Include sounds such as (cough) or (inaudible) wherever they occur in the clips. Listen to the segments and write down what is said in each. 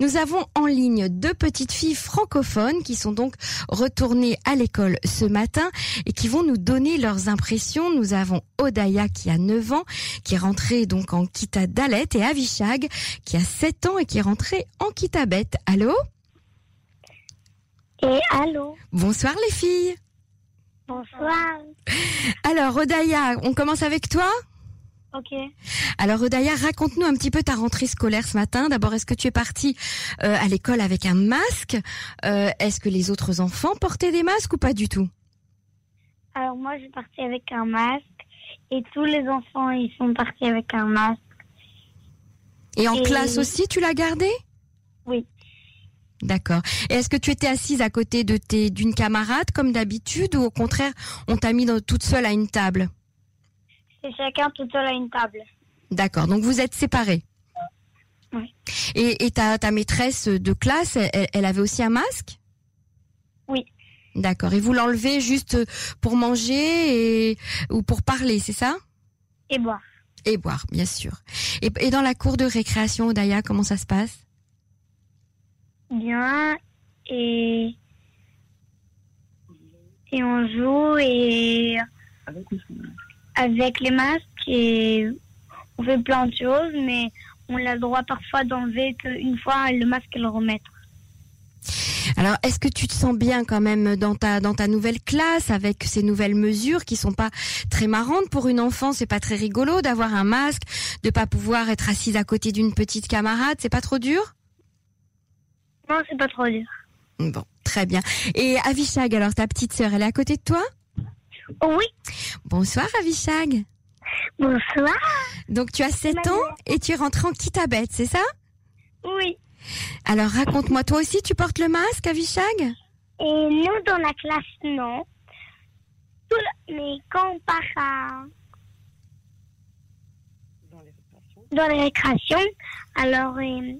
Nous avons en ligne deux petites filles francophones qui sont donc retournées à l'école ce matin et qui vont nous donner leurs impressions. Nous avons Odaya qui a 9 ans, qui est rentrée donc en Kitadalet et Avishag qui a 7 ans et qui est rentrée en Kitabet. Allô Et allô Bonsoir les filles. Bonsoir. Alors Odaya, on commence avec toi Ok. Alors Odaya, raconte-nous un petit peu ta rentrée scolaire ce matin. D'abord, est-ce que tu es partie euh, à l'école avec un masque Euh, Est-ce que les autres enfants portaient des masques ou pas du tout Alors moi, je suis partie avec un masque et tous les enfants, ils sont partis avec un masque. Et en Et- classe aussi, tu l'as gardé Oui. D'accord. Et est-ce que tu étais assise à côté de tes d'une camarade comme d'habitude ou au contraire, on t'a mis dans- toute seule à une table C'est chacun tout seul à une table. D'accord. Donc vous êtes séparés. Oui. Et, et ta, ta maîtresse de classe, elle, elle avait aussi un masque Oui. D'accord. Et vous l'enlevez juste pour manger et, ou pour parler, c'est ça Et boire. Et boire, bien sûr. Et, et dans la cour de récréation, Daya, comment ça se passe Bien. Et... Et on joue et... Avec les masques et on fait plein de choses, mais on a le droit parfois d'enlever qu'une fois le masque et le remettre. Alors, est-ce que tu te sens bien quand même dans ta dans ta nouvelle classe avec ces nouvelles mesures qui sont pas très marrantes pour une enfant C'est pas très rigolo d'avoir un masque, de pas pouvoir être assise à côté d'une petite camarade. C'est pas trop dur Non, c'est pas trop dur. Bon, très bien. Et Avishag, alors ta petite sœur, elle est à côté de toi Oh oui, Bonsoir Avishag. bonsoir. Donc tu as 7 Maman. ans et tu es rentrée en kitabet, c'est ça Oui. Alors raconte-moi, toi aussi tu portes le masque Avishag Et nous, dans la classe, non. Tout le- Mais quand on part à- dans les récréations, alors, euh,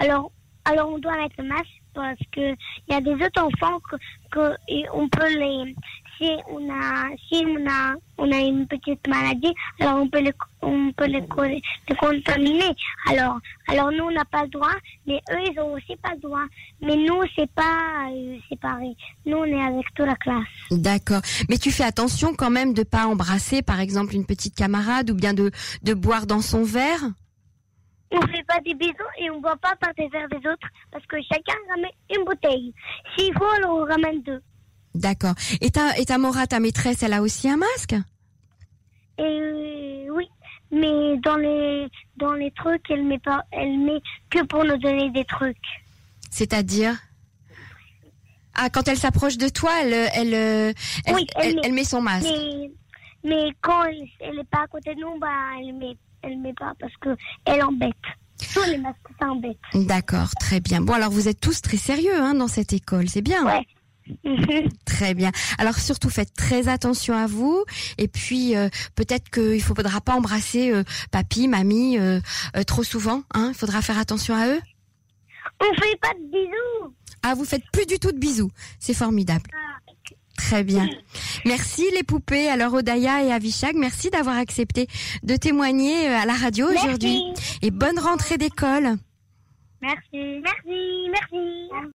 alors, alors on doit mettre le masque parce que il y a des autres enfants que, que- et on peut les si on a si on a on a une petite maladie alors on peut les on peut les, co- les contaminer alors alors nous on n'a pas le droit mais eux ils ont aussi pas le droit mais nous c'est pas euh, séparé nous on est avec toute la classe D'accord. Mais tu fais attention quand même de pas embrasser par exemple une petite camarade ou bien de de boire dans son verre On fait pas des bisous et on boit pas par des verres des autres parce que chacun ramène une bouteille. S'il faut, alors on ramène deux. D'accord. Et ta, et ta Mora, ta maîtresse, elle a aussi un masque Et euh, oui, mais dans les dans les trucs, elle met pas, elle met que pour nous donner des trucs. C'est-à-dire Ah, quand elle s'approche de toi, elle, euh, elle, euh, elle, Oui, elle elle- met- elle met son masque. Mais mais quand elle, elle est pas à côté de nous, bah elle met elle met pas parce que elle embête. Tous les masques ça (laughs) embête. D'accord, très bien. Bon, alors vous êtes tous très sérieux hein, dans cette école, c'est bien. hein? Ouais. Très bien. Alors surtout faites très attention à vous et puis euh, peut-être qu'il ne faudra pas embrasser euh, papy, mamie euh, euh, trop souvent. hein. Il faudra faire attention à eux. on fait pas de bisous. Ah, vous faites plus du tout de bisous. C'est formidable. Très bien. Merci les poupées. Alors Odaya et Avishag, merci d'avoir accepté de témoigner euh, à la radio aujourd'hui. Merci. Et bonne rentrée d'école. Merci. Merci. Merci.